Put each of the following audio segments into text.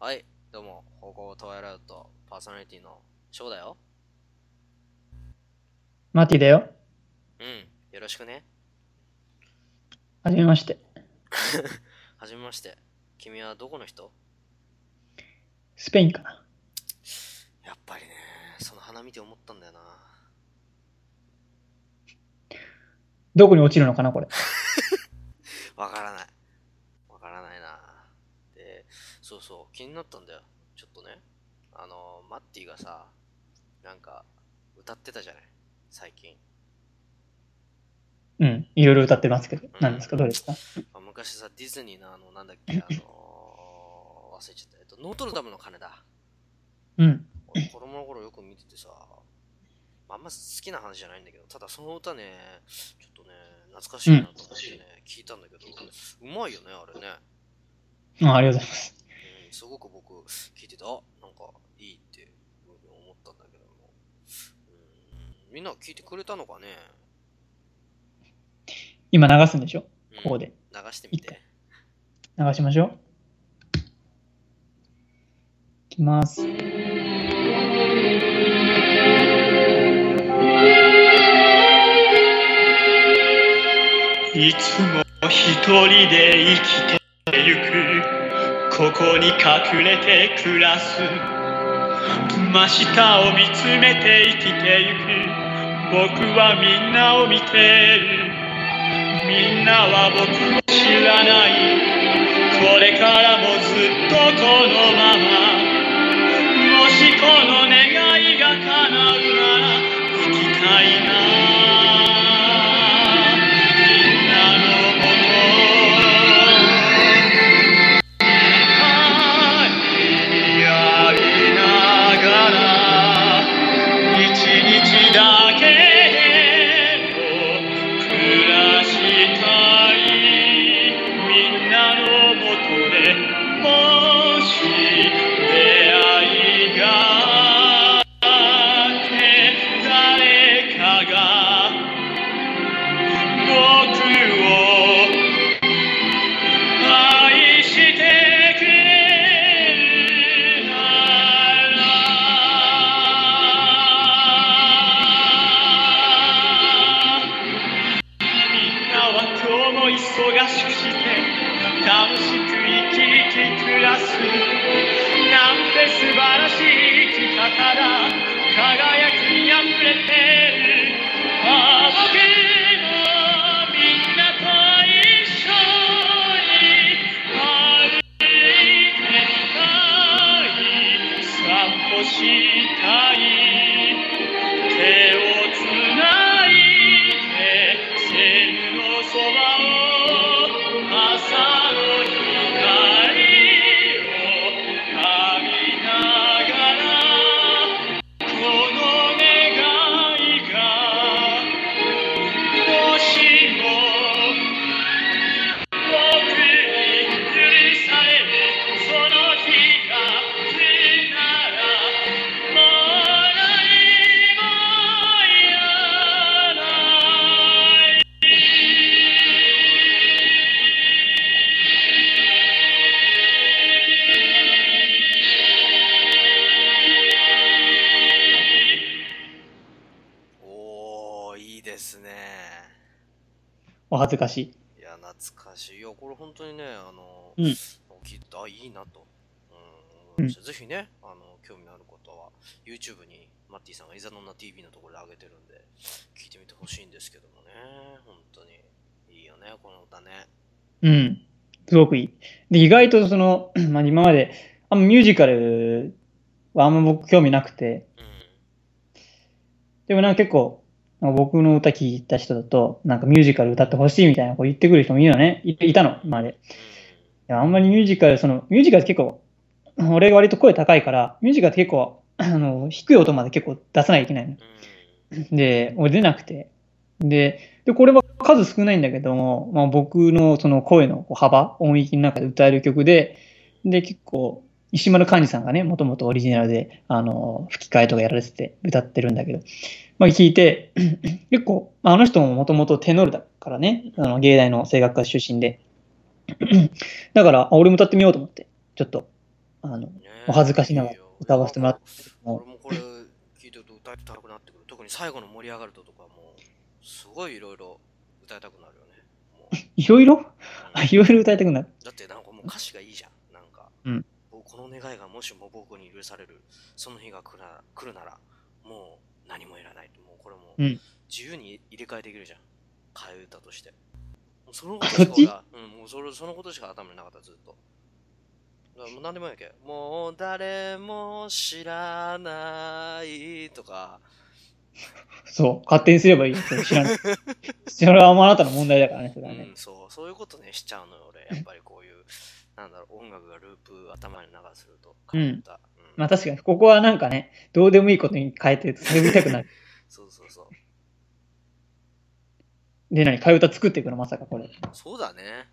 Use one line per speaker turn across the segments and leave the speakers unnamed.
はい、どうも、方向トワイライトパーソナリティの翔だよ。
マティだよ。
うん、よろしくね。
はじめまして。
はじめまして。君はどこの人
スペインかな。
やっぱりね、その花見て思ったんだよな。
どこに落ちるのかな、これ。
わからない。わからないな。で、そうそう、気になったんだよ。ちょっとね。あの、マッティがさ、なんか、歌ってたじゃない最近。
うん。いろいろ歌ってますけど。何ですか、どうですか
あ昔さ、ディズニーのあの、なんだっけ、あの、忘れちゃった。えっと、ノートルダムの鐘だ。
うん。
俺子供の頃よく見ててさ、まああんま好きな話じゃないんだけど、ただその歌ね、ちょっとね、懐かしいなと思ってね、聞いたんだけど、うまいよね、あれね。
あありがとうございます。
うん、すごく僕、聞いてて、あ、なんかいいって思ったんだけども。うん、みんな聞いてくれたのかね、
今流すんでしょ
うん
ここで。
流してみて。
流しましょう。いきます。
いつも一人で生きてゆくここに隠れて暮らす真下を見つめて生きてゆく僕はみんなを見てるみんなは僕を知らないこれからもずっとこのままもしこの願いが叶うなら行きたいなみんなのもの」「輝く未来をやりながら」「一日だけでも暮らしたい」「みんなのもとでもし出会いがあって誰かが」僕を愛してくれるならみんなは今日も忙しくして楽しく生き生き暮らすなんて素晴らしい生き方だ輝きあふれてるああ僕もみんなと一緒に歩いていたい散歩したい手をつないで線のそばを朝の光を浴びながらこの願いがもしも僕に許されるその日が来るならもう何もいらない
おー、いいですね。
お恥ずかし
いや、懐かしい。いや、これ本当にね、あの、
うん
聞いて、あ、いいなと。うん、
うん
ぜひね、あの、興味のある方は、YouTube にマッティさんがイザノンナ TV のところで上げてるんで、聞いてみてほしいんですけどもね、本当に。いいよね、この歌ね。
い。うん。すごくいい。で、意外とその、 まあ、今まで、あんまミュージカルはあんま僕興味なくて、
うん。
でもなんか結構、なんか僕の歌聴いた人だと、なんかミュージカル歌ってほしいみたいなこう言ってくる人もいるのね。いいたの、今まで。いや、あんまりミュージカル、その、ミュージカル結構、俺が割と声高いから、ミュージカルって結構、あの、低い音まで結構出さないといけないの。
うん。
で、俺出なくて。で、で、これは数少ないんだけども、まあ僕のその声のこう幅、音域の中で歌える曲で、で、結構、石丸幹二さんがね、もともとオリジナルで、あの、吹き替えとかやられてて歌ってるんだけど、まあ聞いて、 結構、まああの人ももともとテノールだからね、あの、芸大の声楽科出身で、だから、あ俺も歌ってみようと思って、ちょっと、あの、
ね
お恥ずかしながら歌わせてもらって
俺もこれ聞いてると歌いたくなってくる特に最後の盛り上がるととかもうすごいいろいろ歌いたくなるよねもう
いろいろ
うん
あいろいろ歌いたくなる。
だってなんかもう歌詞がいいじゃん。なんか、
うん
僕この願いがもしも僕に許される、その日が来るな来るなら、もう何もいらないと。もうこれも
うん
自由に入れ替えできるじゃん。替え歌と して。もうそのことしか俺はうん、もうそれそのことしか頭になかった、ずっと。だからもう何でもいいわけ。もう誰も知らないとか、
そう、勝手にすればいい。そ れ知らない。それはあなたの問題だからね、それは
う
ね
ん。、そう、そういうことね、しちゃうのよ、俺。やっぱりこういう、なんだろう、音楽がループ頭に流すると、
うん
替え歌うん
まあ確かに、ここはなんかね、どうでもいいことに変えて、それ見たくなる。
そうそうそう。
で、何、替え歌作っていくの、まさかこれ。
そうだね。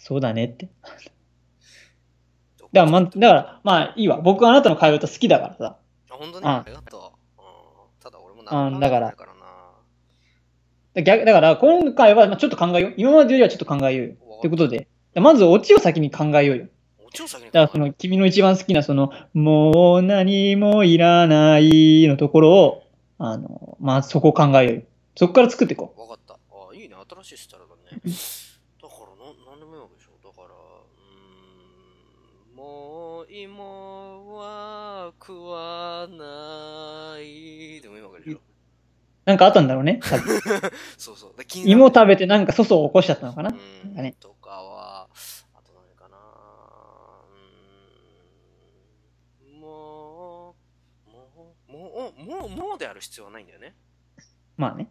そうだねって。
だ
だから、ま、だからまあいいわ。僕はあなたの替え歌好きだからさ。
あ、本当に
うん
ありがとう。うん、ただ俺も
うん
だか
だからら
だからな。
だ逆だから、今回はまあちょっと考えよう。今までよりはちょっと考えようよ。ということで、まずオチを先に考えようよ。
もちろん先に考える。
だからその、君の一番好きな、その、もう何もいらないのところを、あの、まあそこを考えようよ。そこから作っていこ
わかった。あ、いいね。新しいスタイルだね。だからな、なんでもいいわけでしょ。だから、うーん、もう芋は食わないでもいいわけでしょ。
う。なんかあったんだろう ね。多分
そうそう。で気になる
芋食べてなんか粗相を起こしちゃったのかな。
うん
かね
とかは、あと何かな。うーんもう、もう、もう、もう、もうである必要はないんだよね。
まあね。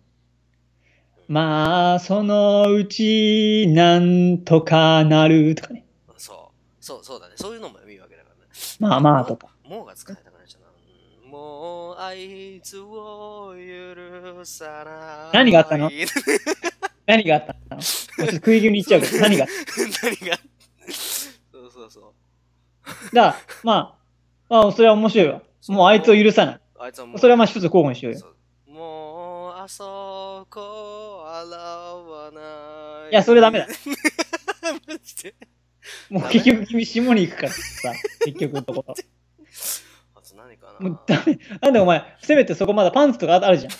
まあ、そのうち、なんとかなるとかね。
そう。そう、そうだね。そういうのもいいわけだからね。
まあまあとか。
もうが使えなくなっちゃうな。うんもう、あいつを許さない。
何が あったの何があったのもうちょっと食い気味に言っちゃう けど、何があった
何が そうそうそう。
だから、まあ、まあ、それは面白いわ。もうあいつを許さない。
あいつはもう。
それはまあ一つ交互にしようよ。
そうもう、あそこ、洗わない。
いやそれダメだ。
マジで
もう結局君下に行くからさ、結局のと こ
あと何か
ろ。もう
な
ダメ。なんでお前、せめてそこまだパンツとかある じゃん。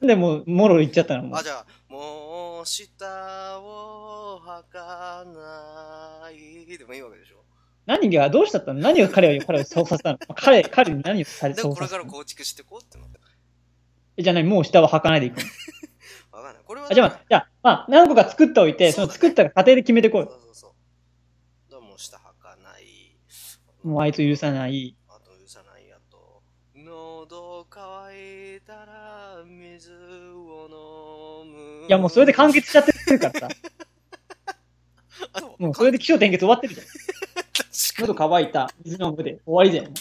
なんでもう、もろ行っちゃったのもう
あ、じゃあ、もう、舌を吐かない。でもいいわけでしょ
何が、どうしちゃったの何を彼を、彼をそうさせたの彼、彼に何をさ
で
そ
もこ
うさ
れ
せ
か
た
ら
の
構築してこうってのって。
えじゃあ何もう下は履かないでいくの
わかんない。これは
あじゃあまあ、じゃあ、まあ、何個か作っておいて、
そ
そ
だ
う
ね
の作ったら家庭で決めてこい
そう
よ。
そうそう。だからもう舌吐かない。
もうあいつ許さない。
あと許さないやと。喉乾いたら水を飲む。
いやもうそれで完結しちゃってるからさ。
あでも
もうそれで気象転結終わってるじゃん。
確
喉
か
乾いた、水飲むで終わりじゃん。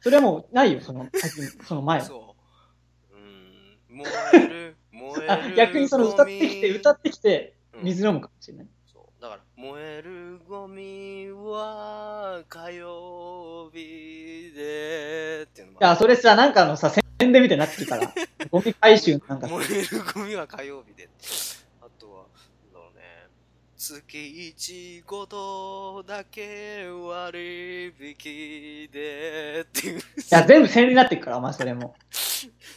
それはもうないよ、その、先にその前
に。
は。
そう。うーん。燃える、燃え
あ
る。
逆にその歌ってきて、歌ってきて、
うん
水飲むかもしれない。
そう。だから、燃えるゴミは火曜日でっていうのも
いや、それさ、なんかあのさ、宣伝みたいになってる から、ゴミ回収のなんかさ、
燃えるゴミは火曜日で。あとは、なんだろうね。月一ごとだけ割引でっていう。
いや、全部宣伝になってるから、お前それも。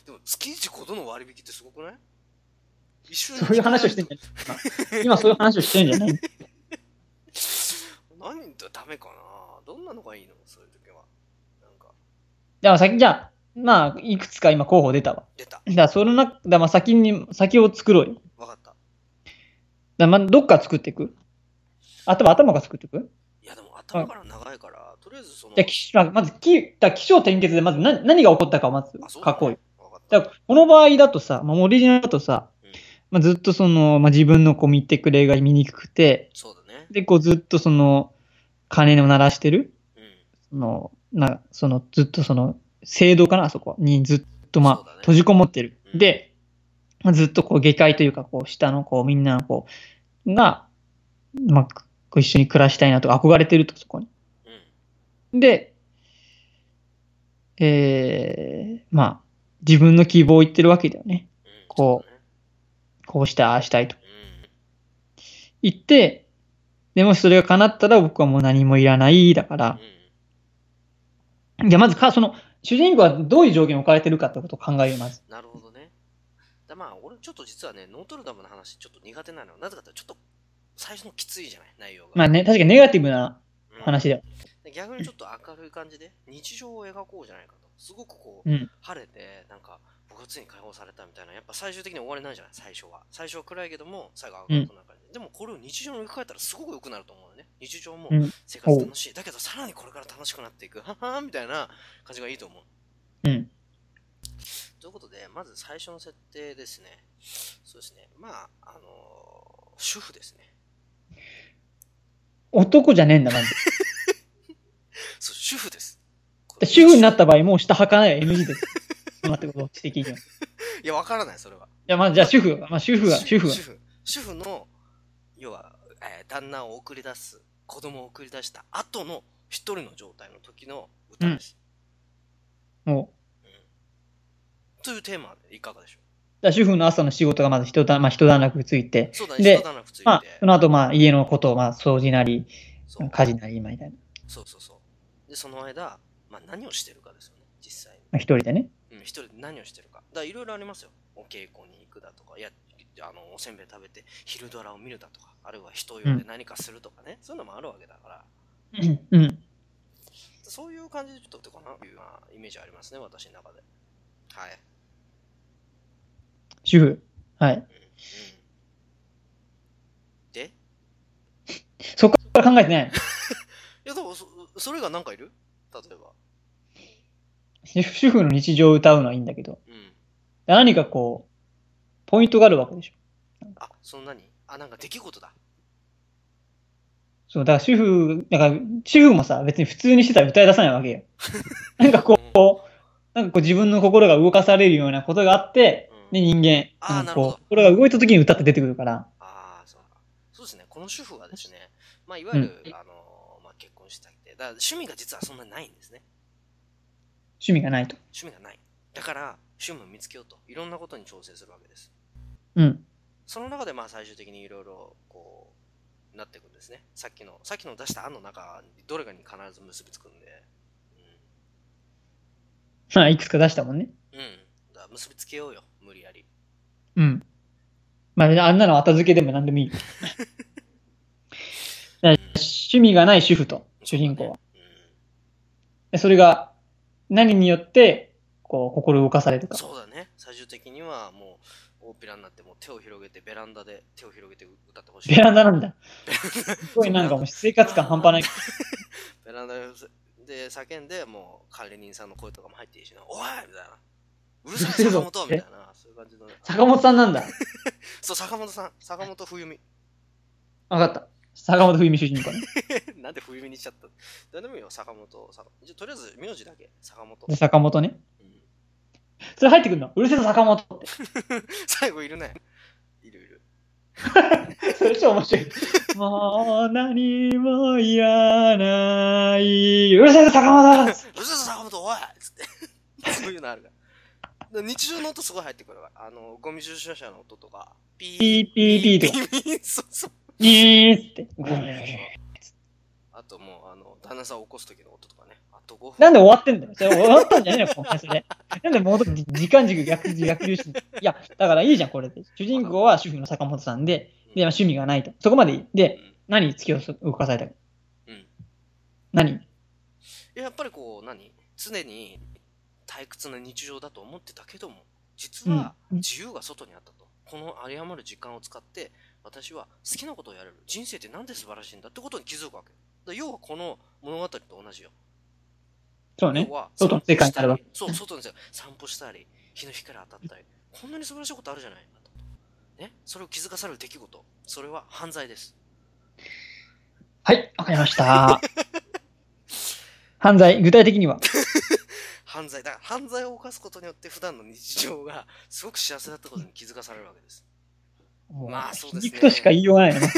でも月一ごとの割引ってすごくない一緒に
そういう話をしてんじゃない今そういう話をしてんじゃない
何だダメかなどんなのがいいのそういう時は。なんか、
じゃあ先、じゃあ、まあ、いくつか今候補出たわ。
出た。
じゃあ、その中、だからまあ先に、先を作ろうよ。だか
わかった。
らまあどっから作っていく頭、頭から作っていく
いやでも頭から長いから、とりあえずその。
じゃあ、気まあまず、気、だから気象転結で、まず何何が起こったかをまず
あそうだ
書
ね
こうよ。
わかった。
だからこの場合だとさ、まあ、オリジナルだとさ
うん、
まあ、ずっとその、まあ、自分のこう見てくれが見にくくて、
そうだね。
で、こうずっとその、鐘を鳴らしてる、
うん。
その、な、その、ずっとその、聖堂かな、あそこにずっとま
そうだ
あ
ね、
閉じこもってる。
うん
で、まあ、ずっとこう、下界というか、こう、下のこう、みんなのこう、が、まあ、こう一緒に暮らしたいなとか、憧れてると、そこに。
うん。
で、えー、まあ、自分の希望を言ってるわけだよね。
うん。
こう
そうだね
こうしたい、ああしたいと。
うん。
言って、でもしそれが叶ったら僕はもう何もいらないだか
うん
ら。じゃあまずか、その、主人公はどういう条件を変えてるかってことを考えるよ、まず。
なるほどね。だまあ、俺ちょっと実はね、ノートルダムの話ちょっと苦手なの。なぜかってちょっと最初のきついじゃない、内容が。
まあね、確かにネガティブな
うん
話だよ。
で逆にちょっと明るい感じで日常を描こうじゃないかと。すごくこう、
うん
晴れて、なんか、部活に解放されたみたいな、やっぱ最終的に終わりないじゃない、最初は。最初は暗いけども、最後は明るくなる感じで。でもこれを日常に置き換えたらすごく良くなると思うよね。日常も
うん
生活楽しい。だけどさらにこれから楽しくなっていく。ははーみたいな感じがいいと思う。
うん。
ということで、まず最初の設定ですね。そうですね。まあ、あのー主婦ですね。
男じゃねえんだ、まず。
そう、主婦です。
主婦になった場合、もう下履かないは NG です。待ってこと、指摘いきます。い
いや、わからない、それは。
や、まあ、じゃあ主婦は、まあ、主婦は、主婦は
主。婦主婦の要は、えー旦那を送り出す子供を送り出した後の一人の状態の時の歌です、
も
というテーマでいかがでしょ
う、だから主婦の朝の仕事がまず一段、まあ、一段落ついて
う、そうだ
で
ね人旦那普通にいて、
まあ、その後、まあ、家のことを、まあ、掃除なり、
そう
家事なり、今みたいな。
そうそうそうでその間、まあ、何をしてるかですよね実際
まあ、一人でね。
に、うん、一人で何をしてるかだいろいろありますよお稽古に行くだとかいやあのおせんべい食べて昼ドラを見るだとかあるいは人用で何かするとかね、そういうのもあるわけだから
うん。
そういう感じでちょっとってかなというようなイメージありますね、私の中で。はい。
主婦。はい。
うん、でい
そこから考えてない。
や、でもそ、それが何かいる例えば。
主婦の日常を歌うのはいいんだけど、
うん。
何かこう、ポイントがあるわけでしょ。
あ、その何あ、なんか出来事だ。
そう、だから主婦、だから主婦もさ、別に普通にしてたら歌い出さないわけよ。なんかこう、なんかこう自分の心が動かされるようなことがあって、
うん
で、人間、
あー
なんか
なるほ
こ
ど
う、心が動いた時に歌って出てくるから、
ああ、そうか。そうですね、この主婦はですね、まあ、いわゆる、
うん
あのーまあ、結婚したくて、だから趣味が実はそんなにないんですね。
趣味がないと。
趣味がない。だから、趣味を見つけようと、いろんなことに挑戦するわけです。
うん。
その中でまあ最終的にいろいろこうなっていくんですね。さっきの、さっきの出した案の中、どれかに必ず結びつくんで。
まあ、いくつか出したもんね。
うん。うん。だから結びつけようよ、無理やり。
うん。まあ、あんなの後付けでも何 でもいいよ。だから趣味がない主婦と、主人公は。
うん。
でそれが、何によって、こう、心動かされるか。
そうだね。最終的にはもう、大っぴらになって、もう手を広げて、ベランダで手を広げて歌ってほしい。
ベランダなん だ。
ベランダ
すごいなんかもう生活感半端ない。
ベランダで叫んで、もう管理人さんの声とかも入っていいしな、おいみたいな。うるさい、坂 本みたいな。そういう感じの。
坂本さんなんだ。
そう、坂本さん。坂本冬美。
わかった。坂本冬美主人公ね。
なんで冬見にしちゃったどうでもいいよ、坂本。坂じゃとりあえず、名字だけ、坂本。
で、坂本ね。
うん
それ入ってくるのうるせえぞ坂本って。
最後いるね。いるいる。
それ超面白い。もう何もいらない。うるせえぞ坂本
うるせえぞ坂本、おいつって。 そういうのあるから。で日常の音すごい入ってくるわ。あの、ゴミ収集車の音とか、ピー
ピーピーピーとか。
ピーピー そうそう。
いいーって。
あともう、あの、旦那さんを起こす時の音とかね。あと5分。
なんで終わってんだよ。それ終わったんじゃねえよ、この話で。なんで戻って時間軸逆逆流してんのいや、だからいいじゃん、これで。主人公は主婦の坂本さんで、で、まあ
うん、
趣味がないと。そこまでいい。で、
うん
何突き動かされたか。
うん
何
やっぱりこう、何常に退屈な日常だと思ってたけども、実は
うん
自由が外にあったと。この有り余る時間を使って、私は好きなことをやれる。人生ってなんで素晴らしいんだってことに気づくわけ。だ要はこの物語と同じよ。
そうね
要。は
外の世界になるわけ
そう、外の世界。散歩したり、日の光当たったり。こんなに素晴らしいことあるじゃないかと。ね、それを気づかされる出来事。それは犯罪です。
はい、わかりました。犯罪、具体的には。
犯罪だから犯罪を犯すことによって普段の日常がすごく幸せだったことに気づかされるわけです
も
まあそうですね
皮肉としか言いようがないよね。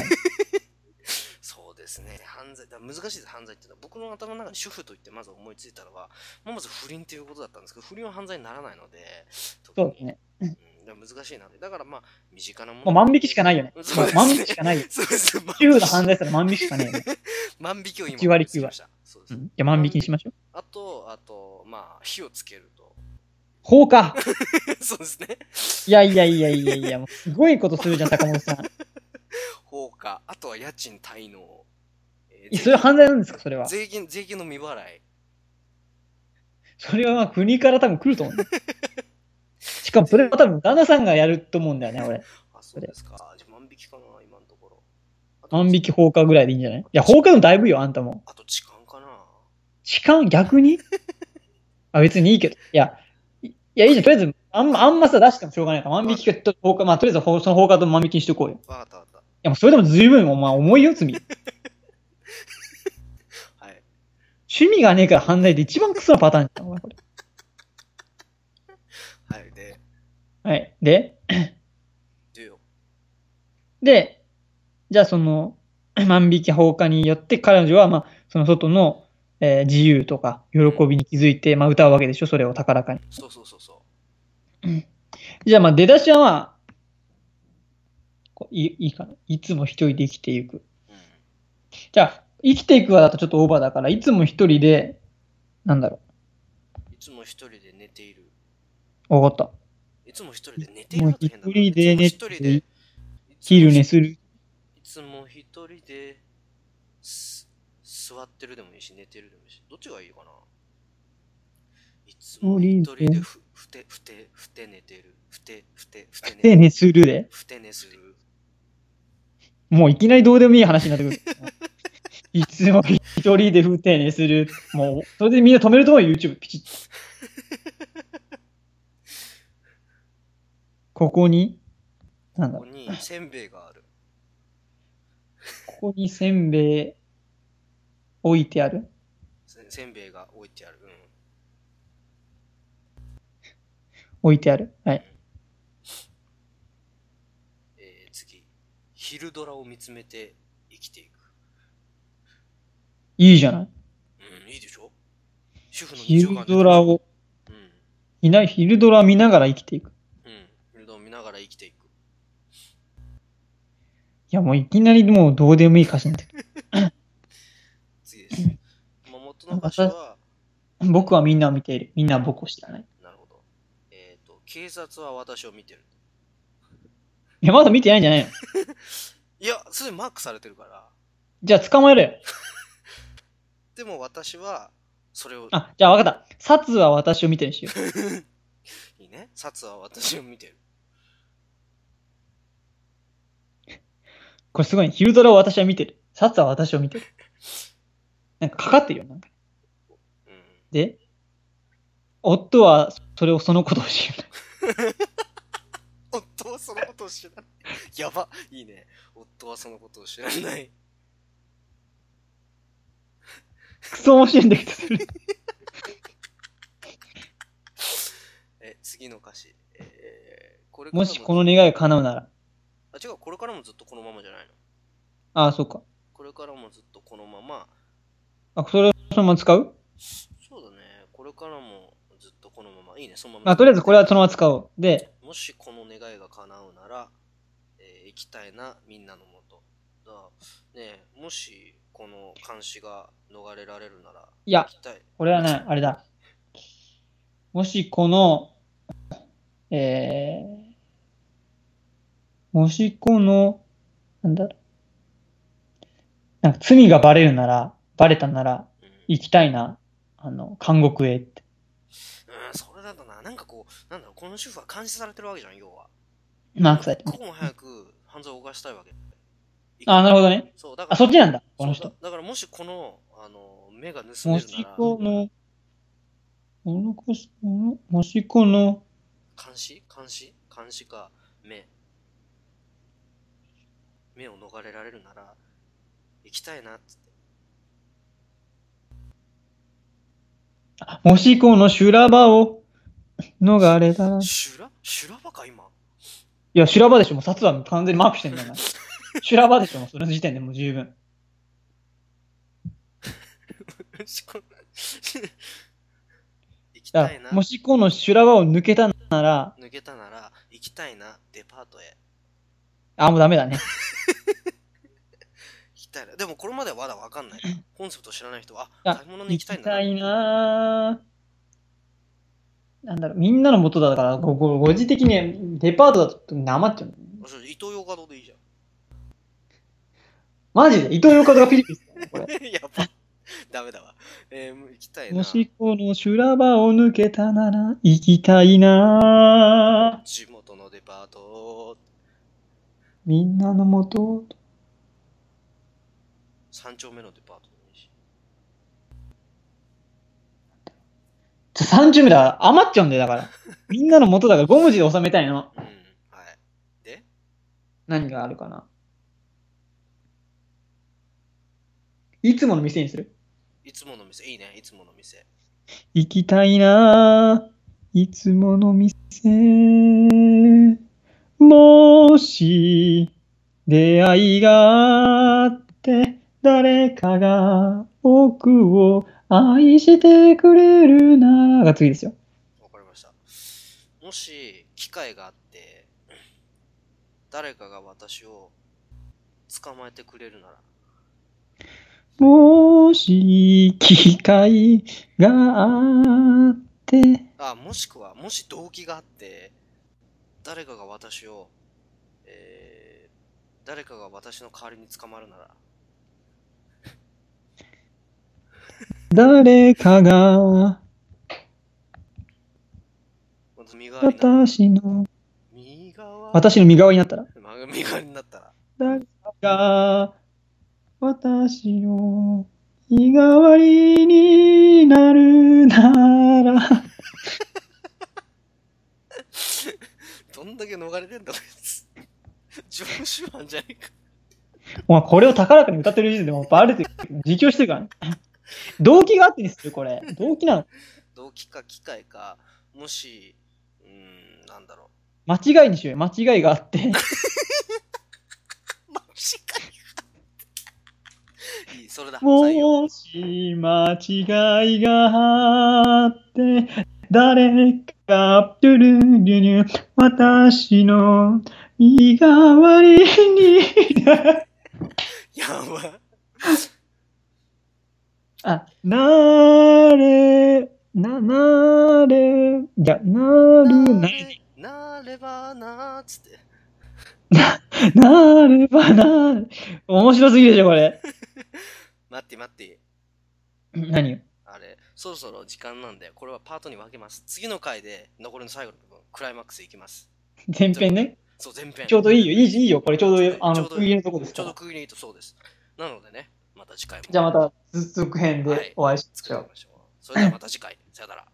そうですね犯罪だから難しいです犯罪っていうのは僕の頭の中に主婦と言ってまず思いついたのは、まあまず不倫ということだったんですけど不倫は犯罪にならないので
そうですね。
特にうんでも難しいな。だからまあ、身近なも
もう
の。
万引きしかないよね。
そうですね
もう万引きしかないよ。
そう です。万
主婦の犯罪したら万引きしかねえよね。
万引きを今。
9割9割
しました。そうです
うん。いや、万引きにしましょう。
あと、あと、まあ、火をつけると。
放火
そうですね。
いやいやいやいやいや、もうすごいことするじゃん、坂本さん。
放火。あとは家賃滞納。えー
いやそれは犯罪なんですか、それは。
税金、税金の未払い。
それはまあ国から多分来る と思うね。しかもそれは多分旦那さんがやると思うんだよね、俺。
あ、そうですか。じゃあ万引きかな、今のところ。あと
万引き放火ぐらいでいいんじゃないいや、放火でもだいぶよ、あんたも。
あと痴漢かな。
痴漢逆にあ、別にいいけど。いや、いいや、いいじゃん。とりあえず、あんま、あんまさ出してもしょうがないから、万引きか放火、まあとりあえずほその放火と万引きにしておこうよ。い
わかったわかっ
や、もうそれでも随分お前重いよ、罪。
た。はい。
趣味がねえから犯罪で一番クソなパターンじゃん、お前これ。
はい。で、
はい。で
でよ。
で、じゃあその 万引き放火によって彼女はまあその外の、えー自由とか喜びに気づいて、まあ、歌うわけでしょ、それを高らかに。
そうそうそうそ
じゃあまあ出だしはまあ、こいいいかな。いつも一人で生きていく。
う。うん。
じゃあ、生きていくはだとちょっとオーバーだから、いつも一人で、なんだろ
いつも一人で寝ている。
う、わかっ
いつも一人で寝て
た。
いるの
もう
が大
一
変だな
人で寝
いつも一人で
て、昼寝
い
する。
つも一人です座ってるでもいいし、寝てるでもいいし、どっちがいいかないつも一人でふふてふてふて寝てる。ふてふてふて
で、
寝
寝
る。
するで。
ふて寝する。
もういきなりどうでもいい話になってくる。いつも一人で不丁寧する。もう、それでみんな止めると思うよ、YouTube。ピチッ。ここに、なんだ
こ
ろ
こ
う、
にせんべいがある。
ここにせんべい置いてある。
せせんべいが置いてある。うん。
置いてある。はい。
えー、次。昼ドラを見つめて生きていく。
いいじゃない。
うん、いいでしょ主婦の日常
昼
感
ドラ
出て
を、
るでしょ。うん。
いない、昼ドラ見ながら生きていく。
うん。フィールドを見ながら生きていく。
いや、もういきなりもうどうでもいい歌詞になってくる。
次 です。まあ、元の場所は、
僕はみんなを見ている。みんなは僕を知らない。
なるほど。えっ、と、警察は私を見てる。
いや、まだ見てないんじゃないの
いや、すでにマークされてるから。
じゃあ捕まえろよ。
でも私は、それを、
あ、じゃあ分かった。殺は私を見てるしよう。
いいね。殺は私を見てる。
これすごいね。昼ドラを私は見てる。殺は私を見てる。なんかかかってるよ。なんか
うん。
で、夫はそれをそのことを知らない。
夫はそのことを知らない。 やば。いいね。夫はそのことを知らない。
クソ面白いんだけど、 それ
え、次の歌詞。えー、これから
も
ず
しこの願いが叶うなら。
あ、違う、これからもずっとこのままじゃないの。
ああ、そうか。
これからもずっとこのまま。
あ、それをそのまま使う
そうだね。これからもずっとこのまま。いいね、そのまま。
あ、とりあえずこれはそのまま使おう。で、
もしこの願いが叶うなら、えー行きたいな、みんなのもと。だからねえもしこの監視が逃れられるなら、
いや
行きたい。
これはね、あれだ。もしこの、えー、もしこの、なんだろう。なんか罪がバレるなら、バレたなら、
うん、
行きたいな。あの、監獄へって。
うんそれだとな、なんかこう、なんだろう、この主婦は監視されてるわけじゃん、要は。
マークされて
一
ね。
刻も早く犯罪を犯したいわけ。
あ、なるほどね。
そう、だから、
あ、そっちなんだ。この
そう
人。
だだからもしこの、あの、目が盗め
も
るな
し
ら、
この、ものこし、ものもしこの、
監視監視監視か目目を逃れられるなら行きたいなっつって
あもしこの修羅場を逃れたら。い
修羅修羅場か今
や、修羅場でしょ。もう殺は完全にマークしてんだよな。修羅場でしょ。もうその時点でもう十分。
行き
だ
た
か
い
ら
な
もしこの修羅場を抜けたなら、
抜けたなら行きたいなデパートへ
あ、もうダメだね。
行きたいなでもこれまではまだわかんないコンセプト知らない人はあ
あ
買い物に
行
行き
き
たいん
た
だない
なぁなんだろう、みんなの元だから、ごごご時的にはデパートだとなまっちゃう。
あそう伊東洋華堂でいいじゃん
マジで伊藤洋華堂がフィリピンですからねこれ。
やっぱダメだわえー、もう行きたいな
もしこの修羅場を抜けたなら行きたいなぁ
地元のデパート
みんなの元を
三丁目のデパートでもいいし
じゃあ30名だから余っちゃうんだよだから。みんなの元だから5文字で収めたいの。
うんはいで
何があるかな。いつもの店にする
いつもの店いいねいつもの店
行きたいなぁいつもの店もし出会いがあって誰かが僕を愛してくれるならが次ですよ。
わかりました。もし、機会があって、誰かが私を捕まえてくれるなら、
もし機会があって
あ、もしくは、もし動機があって、誰かが私を、えー、誰かが私の代わりに捕まるなら、
誰かが
本当身代わりにな、
私の
身代わり、
私の身代わりになったら
ま身代わりになったら、
誰かが私を身代わりになるなら。
どんだけ逃れてんだ、こいつ。常習犯じゃねえか。
お前これを高らかに歌ってる時点でもうバレてる。自供してるからね。動機があってにする、これ。動機なの。
動機か機会か、もし、うーん、なんだろう。
間違いにしようよ。間違いがあって。
間違いいいそれだ採用
もし間違いがあって、誰か、ドゥルルルル、私の身代わりになる。
やば
あ、なれ、な、なれ、じゃ、なる、な、
なればなーっつって
なればなれ。面白すぎるでしょ、これ。
待って待って
何よ。
あれそろそろ時間なんでこれはパートに分けます次の回で残りの最後の部分クライマックスいきます
前編ね。
そう前編
ちょうどいいよ、いいし、いいよ。これちょうど、あ
ちょ
の、
うど
区切りのとこです
ちょ
か
うど
ら。
区切りとそうですなのでねまた次回も
じゃあまた、続編
は
で
い
お会いしまし
作
ょう
り。ましょうそれではまた次回さよなら